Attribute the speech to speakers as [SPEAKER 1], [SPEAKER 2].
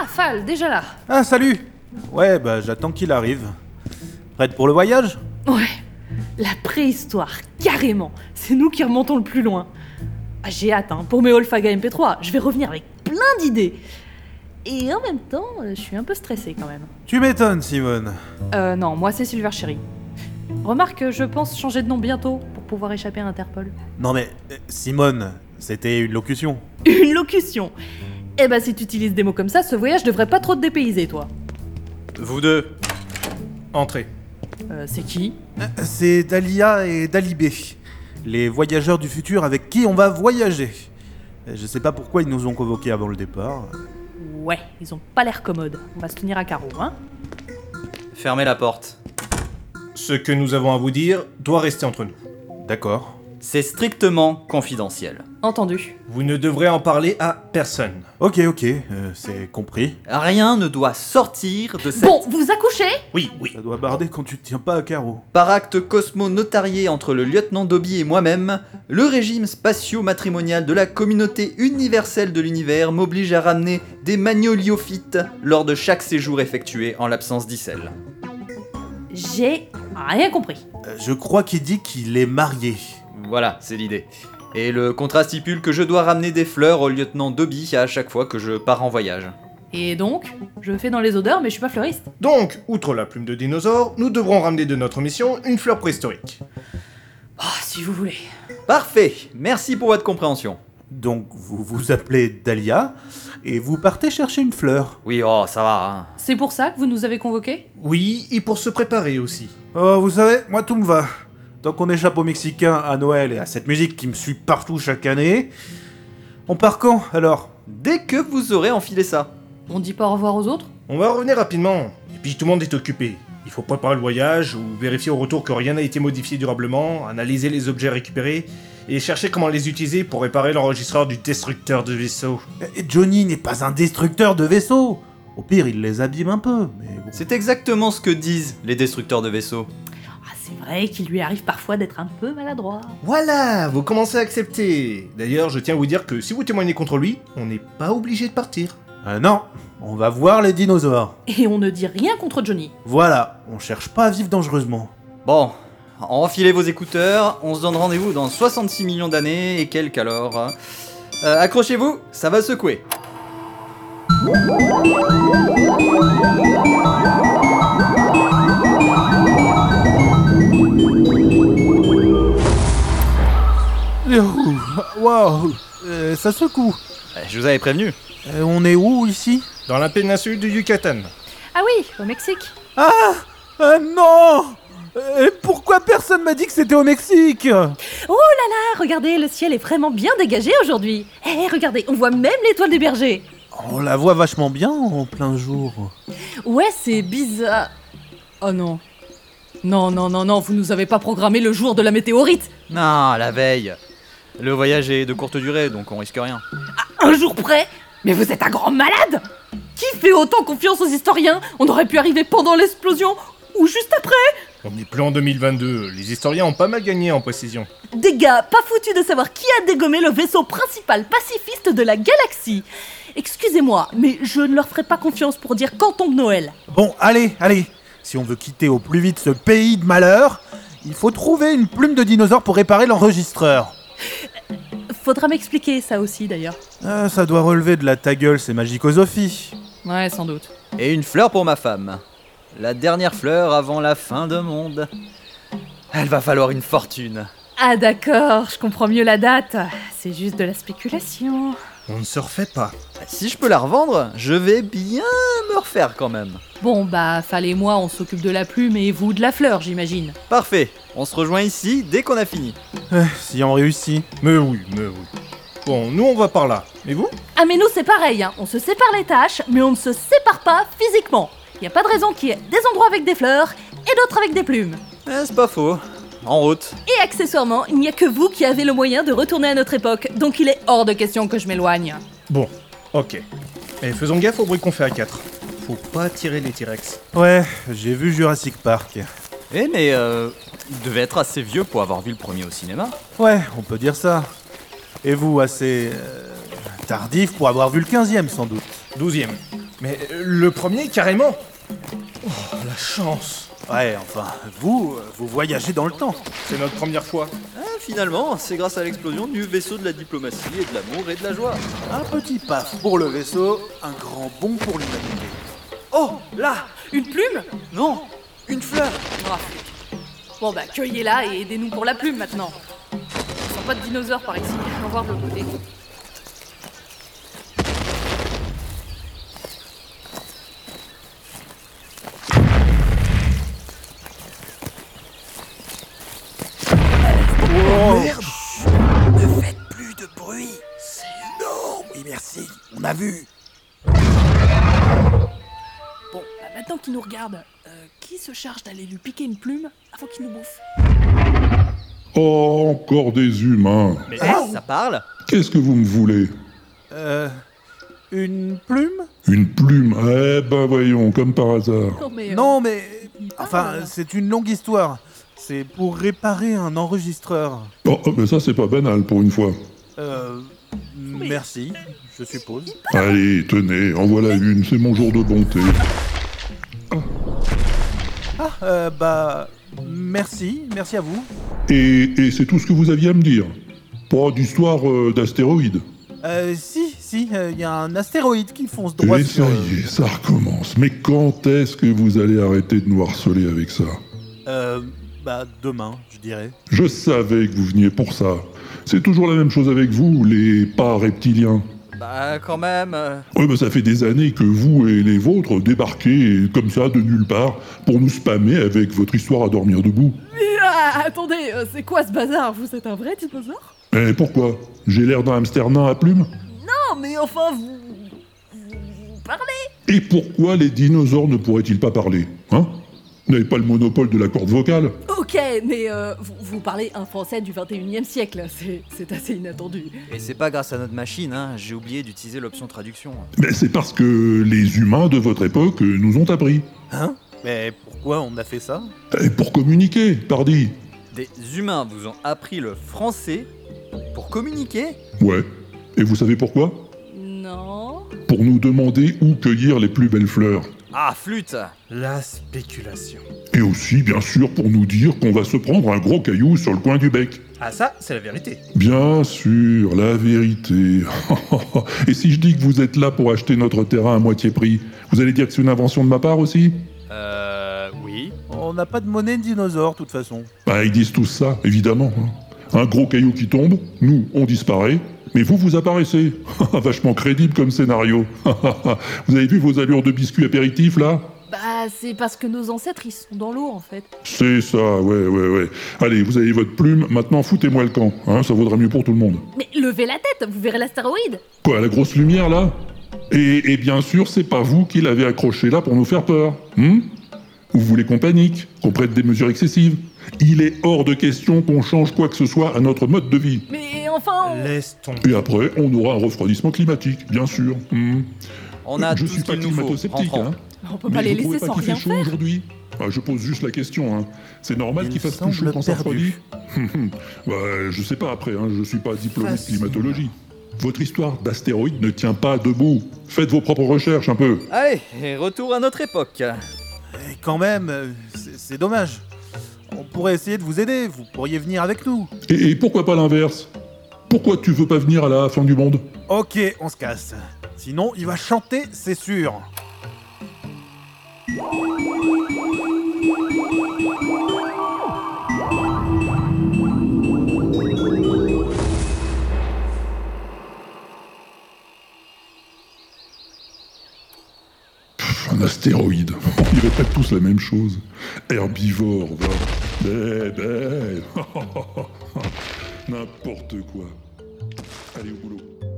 [SPEAKER 1] Pascal, déjà là.
[SPEAKER 2] Ah, salut Ouais, bah j'attends qu'il arrive. Prête pour le voyage
[SPEAKER 1] Ouais, la préhistoire, carrément. C'est nous qui remontons le plus loin. Ah, j'ai hâte, hein. pour mes Olfaga MP3, je vais revenir avec plein d'idées. Et en même temps, euh, je suis un peu stressée quand même.
[SPEAKER 2] Tu m'étonnes, Simone.
[SPEAKER 1] Euh, non, moi c'est Silver Cherry. Remarque, je pense changer de nom bientôt pour pouvoir échapper à Interpol.
[SPEAKER 2] Non mais, euh, Simone, c'était une locution.
[SPEAKER 1] Une locution Eh ben, si tu utilises des mots comme ça, ce voyage devrait pas trop te dépayser, toi.
[SPEAKER 3] Vous deux, entrez.
[SPEAKER 1] Euh, c'est qui
[SPEAKER 2] Euh, C'est Dalia et Dalibé, les voyageurs du futur avec qui on va voyager. Euh, Je sais pas pourquoi ils nous ont convoqués avant le départ.
[SPEAKER 1] Ouais, ils ont pas l'air commodes. On va se tenir à carreau, hein
[SPEAKER 4] Fermez la porte.
[SPEAKER 3] Ce que nous avons à vous dire doit rester entre nous.
[SPEAKER 2] D'accord.
[SPEAKER 4] C'est strictement confidentiel.
[SPEAKER 1] Entendu.
[SPEAKER 3] Vous ne devrez en parler à personne.
[SPEAKER 2] Ok, ok, euh, c'est compris.
[SPEAKER 4] Rien ne doit sortir de cette
[SPEAKER 1] Bon, vous accouchez
[SPEAKER 3] Oui, oui.
[SPEAKER 2] Ça doit barder quand tu te tiens pas à carreau.
[SPEAKER 4] Par acte cosmo notarié entre le lieutenant Dobby et moi-même, le régime spatio-matrimonial de la communauté universelle de l'univers m'oblige à ramener des magnoliophytes lors de chaque séjour effectué en l'absence d'Issel.
[SPEAKER 1] J'ai rien compris.
[SPEAKER 2] Euh, Je crois qu'il dit qu'il est marié.
[SPEAKER 4] Voilà, c'est l'idée. Et le contrat stipule que je dois ramener des fleurs au lieutenant Dobby à chaque fois que je pars en voyage.
[SPEAKER 1] Et donc, je fais dans les odeurs, mais je suis pas fleuriste.
[SPEAKER 3] Donc, outre la plume de dinosaure, nous devrons ramener de notre mission une fleur préhistorique.
[SPEAKER 1] Oh, si vous voulez.
[SPEAKER 4] Parfait, merci pour votre compréhension.
[SPEAKER 2] Donc vous vous appelez Dalia et vous partez chercher une fleur.
[SPEAKER 4] Oui, oh, ça va. hein.
[SPEAKER 1] C'est pour ça que vous nous avez convoqués
[SPEAKER 3] Oui, et pour se préparer aussi.
[SPEAKER 2] Oh, vous savez, moi tout me va. Tant qu'on échappe aux Mexicains à Noël et à cette musique qui me suit partout chaque année. On part quand alors
[SPEAKER 4] Dès que vous aurez enfilé ça.
[SPEAKER 1] On dit pas au revoir aux autres
[SPEAKER 3] On va revenir rapidement. Et puis tout le monde est occupé. Il faut préparer le voyage ou vérifier au retour que rien n'a été modifié durablement, analyser les objets récupérés et chercher comment les utiliser pour réparer l'enregistreur du destructeur de vaisseau.
[SPEAKER 2] Eh, Johnny n'est pas un destructeur de vaisseaux. Au pire, il les abîme un peu, mais bon.
[SPEAKER 4] C'est exactement ce que disent les destructeurs de vaisseaux.
[SPEAKER 1] Ah, c'est vrai qu'il lui arrive parfois d'être un peu maladroit.
[SPEAKER 3] Voilà, vous commencez à accepter. D'ailleurs, je tiens à vous dire que si vous témoignez contre lui, on n'est pas obligé de partir.
[SPEAKER 2] Ah non, on va voir les dinosaures.
[SPEAKER 1] Et on ne dit rien contre Johnny.
[SPEAKER 2] Voilà, on cherche pas à vivre dangereusement.
[SPEAKER 4] Bon, enfilez vos écouteurs, on se donne rendez-vous dans 66 millions d'années et quelques alors. hein. Euh, Accrochez-vous, ça va secouer.
[SPEAKER 2] Waouh, euh, ça secoue.
[SPEAKER 4] Euh, Je vous avais prévenu.
[SPEAKER 2] Euh, on est où ici
[SPEAKER 3] Dans la péninsule du Yucatan.
[SPEAKER 1] Ah oui, au Mexique.
[SPEAKER 2] Ah, ah non Et pourquoi personne m'a dit que c'était au Mexique
[SPEAKER 1] Ah, regardez, le ciel est vraiment bien dégagé aujourd'hui. Hé, regardez, on voit même l'étoile des bergers.
[SPEAKER 2] On la voit vachement bien en plein jour.
[SPEAKER 1] Ouais, c'est bizarre. Oh non. Non, non, non, non, vous nous avez pas programmé le jour de la météorite.
[SPEAKER 4] Non, la veille. Le voyage est de courte durée, donc on risque rien.
[SPEAKER 1] Un jour près Mais vous êtes un grand malade Qui fait autant confiance aux historiens On aurait pu arriver pendant l'explosion ou juste après
[SPEAKER 3] On n'est plus en 2022, les historiens ont pas mal gagné en précision.
[SPEAKER 1] Des gars pas foutus de savoir qui a dégommé le vaisseau principal pacifiste de la galaxie. Excusez-moi, mais je ne leur ferai pas confiance pour dire quand tombe Noël.
[SPEAKER 2] Bon, allez, allez. Si on veut quitter au plus vite ce pays de malheur, il faut trouver une plume de dinosaure pour réparer l'enregistreur.
[SPEAKER 1] Faudra m'expliquer ça aussi d'ailleurs.
[SPEAKER 2] Ah, ça doit relever de la ta gueule, c'est magicosophies.
[SPEAKER 1] Ouais, sans doute.
[SPEAKER 4] Et une fleur pour ma femme. La dernière fleur avant la fin du monde. Elle va falloir une fortune.
[SPEAKER 1] Ah d'accord, je comprends mieux la date. C'est juste de la spéculation.
[SPEAKER 3] On ne se refait pas.
[SPEAKER 4] Si je peux la revendre, je vais bien me refaire quand même.
[SPEAKER 1] Bon bah, fallait moi, on s'occupe de la plume et vous de la fleur, j'imagine.
[SPEAKER 4] Parfait, on se rejoint ici dès qu'on a fini.
[SPEAKER 2] Eh, si on réussit.
[SPEAKER 3] Mais oui, mais oui. Bon, nous on va par là. Et vous
[SPEAKER 1] Ah mais nous c'est pareil, hein. on se sépare les tâches, mais on ne se sépare pas physiquement. Y a pas de raison qu'il y ait des endroits avec des fleurs et d'autres avec des plumes.
[SPEAKER 4] Eh, c'est pas faux. En route.
[SPEAKER 1] Et accessoirement, il n'y a que vous qui avez le moyen de retourner à notre époque, donc il est hors de question que je m'éloigne.
[SPEAKER 3] Bon, ok. Et faisons gaffe au bruit qu'on fait à 4. Faut pas tirer les T-Rex.
[SPEAKER 2] Ouais, j'ai vu Jurassic Park.
[SPEAKER 4] Eh mais euh, il devait être assez vieux pour avoir vu le premier au cinéma.
[SPEAKER 2] Ouais, on peut dire ça. Et vous, assez... euh, tardif pour avoir vu le 15 e sans doute.
[SPEAKER 3] 12ème. Mais euh, le premier, carrément Oh, la chance
[SPEAKER 2] Ouais, enfin, vous, euh, vous voyagez dans le temps.
[SPEAKER 3] C'est notre première fois.
[SPEAKER 4] Ah, finalement, c'est grâce à l'explosion du vaisseau de la diplomatie et de l'amour et de la joie.
[SPEAKER 2] Un petit paf pour le vaisseau, un grand bond pour l'humanité.
[SPEAKER 4] Oh, là
[SPEAKER 1] Une plume
[SPEAKER 4] Non Une fleur
[SPEAKER 1] Bravo. Bon bah cueillez-la et aidez-nous pour la plume maintenant. Sans pas de dinosaures par ici, on va voir de l'autre côté.
[SPEAKER 4] Oh.
[SPEAKER 5] Ne faites plus de bruit. C'est énorme. Oui, merci. On a vu.
[SPEAKER 1] Bon, bah, maintenant qu'il nous regarde, euh, qui se charge d'aller lui piquer une plume avant qu'il nous bouffe
[SPEAKER 6] Oh, encore des humains.
[SPEAKER 4] Mais eh, ça parle
[SPEAKER 6] Qu'est-ce que vous me voulez
[SPEAKER 2] Euh. Une plume
[SPEAKER 6] Une plume Eh ben voyons, comme par hasard.
[SPEAKER 1] Non mais... euh,
[SPEAKER 2] Non, mais. Enfin, c'est une longue histoire. C'est pour réparer un enregistreur.
[SPEAKER 6] Oh, oh, mais ça c'est pas banal pour une fois.
[SPEAKER 2] Euh. Merci, je suppose.
[SPEAKER 6] Allez, tenez, en voilà une, c'est mon jour de bonté.
[SPEAKER 2] Ah, euh, bah. Merci, merci à vous.
[SPEAKER 6] Et, et c'est tout ce que vous aviez à me dire Pas d'histoire euh, d'astéroïdes.
[SPEAKER 2] Euh, si, si, il y a un astéroïde qui fonce droit
[SPEAKER 6] Et Eh, ça
[SPEAKER 2] sur.
[SPEAKER 6] y est, ça recommence. Mais quand est-ce que vous allez arrêter de nous harceler avec ça
[SPEAKER 2] Euh. Bah, demain, je dirais.
[SPEAKER 6] Je savais que vous veniez pour ça. C'est toujours la même chose avec vous, les pas reptiliens.
[SPEAKER 4] Bah, quand même. euh,
[SPEAKER 6] Ouais, bah, ça fait des années que vous et les vôtres débarquez comme ça de nulle part pour nous spammer avec votre histoire à dormir debout.
[SPEAKER 1] Ah, attendez, euh, c'est quoi ce bazar Vous êtes un vrai dinosaure
[SPEAKER 6] Mais Eh, pourquoi J'ai l'air d'un hamster nain à plumes
[SPEAKER 1] Non Ah, mais enfin vous... vous- vous parlez
[SPEAKER 6] Et pourquoi les dinosaures ne pourraient-ils pas parler Hein Vous n'avez pas le monopole de la corde vocale
[SPEAKER 1] Ok, mais euh, vous, vous parlez un français du 21 e siècle, c'est c'est assez inattendu.
[SPEAKER 4] Et c'est pas grâce à notre machine, hein. J'ai oublié d'utiliser l'option traduction.
[SPEAKER 6] Mais c'est parce que les humains de votre époque euh, nous ont appris.
[SPEAKER 2] Hein Mais pourquoi on a fait ça
[SPEAKER 6] Et pour communiquer, pardi.
[SPEAKER 4] Des humains vous ont appris le français pour communiquer
[SPEAKER 6] Ouais. Et vous savez pourquoi
[SPEAKER 1] Non
[SPEAKER 6] Pour nous demander où cueillir les plus belles fleurs.
[SPEAKER 4] Ah, flûte
[SPEAKER 3] La spéculation.
[SPEAKER 6] Et aussi, bien sûr, pour nous dire qu'on va se prendre un gros caillou sur le coin du bec.
[SPEAKER 3] Ah ça, c'est la vérité.
[SPEAKER 6] Bien sûr, la vérité. Et si je dis que vous êtes là pour acheter notre terrain à moitié prix, vous allez dire que c'est une invention de ma part aussi
[SPEAKER 4] Euh. Oui.
[SPEAKER 2] On n'a pas de monnaie de dinosaure, de toute façon.
[SPEAKER 6] Bah, ils disent tous ça, évidemment. hein. Un gros caillou qui tombe, nous, on disparaît, mais vous, vous apparaissez. Vachement crédible comme scénario. vous avez vu vos allures de biscuits apéritifs, là
[SPEAKER 1] Bah c'est parce que nos ancêtres ils sont dans l'eau en fait.
[SPEAKER 6] C'est ça, ouais, ouais, ouais. Allez, vous avez votre plume, maintenant foutez-moi le camp, hein, ça vaudra mieux pour tout le monde.
[SPEAKER 1] Mais levez la tête, vous verrez l'astéroïde
[SPEAKER 6] Quoi, la grosse lumière là et, et bien sûr, c'est pas vous qui l'avez accroché là pour nous faire peur. Hein vous voulez qu'on panique, qu'on prête des mesures excessives. Il est hors de question qu'on change quoi que ce soit à notre mode de vie.
[SPEAKER 1] Mais
[SPEAKER 3] Oh.
[SPEAKER 1] enfin on-
[SPEAKER 3] Laisse tomber.
[SPEAKER 6] Et après, on aura un refroidissement climatique, bien sûr. Hmm.
[SPEAKER 4] On a
[SPEAKER 6] je
[SPEAKER 4] tout
[SPEAKER 6] suis
[SPEAKER 4] ce
[SPEAKER 6] pas
[SPEAKER 4] qu'il nous faut.
[SPEAKER 6] climato-sceptique,
[SPEAKER 4] Rentrons.
[SPEAKER 6] hein.
[SPEAKER 1] On peut
[SPEAKER 6] Mais
[SPEAKER 1] pas les
[SPEAKER 6] vous trouvez
[SPEAKER 1] laisser
[SPEAKER 6] pas
[SPEAKER 1] sans
[SPEAKER 6] qu'il fait
[SPEAKER 1] rien
[SPEAKER 6] chaud
[SPEAKER 1] faire.
[SPEAKER 6] aujourd'hui Ah, Je pose juste la question. hein. C'est normal
[SPEAKER 2] Il
[SPEAKER 6] qu'il fasse
[SPEAKER 2] semble
[SPEAKER 6] plus chaud quand ça refroidit
[SPEAKER 2] perdu.
[SPEAKER 6] bah, Je sais pas après, hein, je suis pas diplômé de
[SPEAKER 2] Fascinant.
[SPEAKER 6] climatologie. Votre histoire d'astéroïde ne tient pas debout. Faites vos propres recherches un peu.
[SPEAKER 4] Allez, et retour à notre époque.
[SPEAKER 2] Et quand même, euh, c'est c'est dommage. On pourrait essayer de vous aider, vous pourriez venir avec nous.
[SPEAKER 6] Et, et pourquoi pas l'inverse Pourquoi tu veux pas venir à la fin du monde
[SPEAKER 2] Ok, on se casse. Sinon, il va chanter, c'est sûr.
[SPEAKER 6] Pff, Un astéroïde. Ils répètent tous la même chose. Herbivore, va. Bébé. N'importe quoi. Allez au boulot.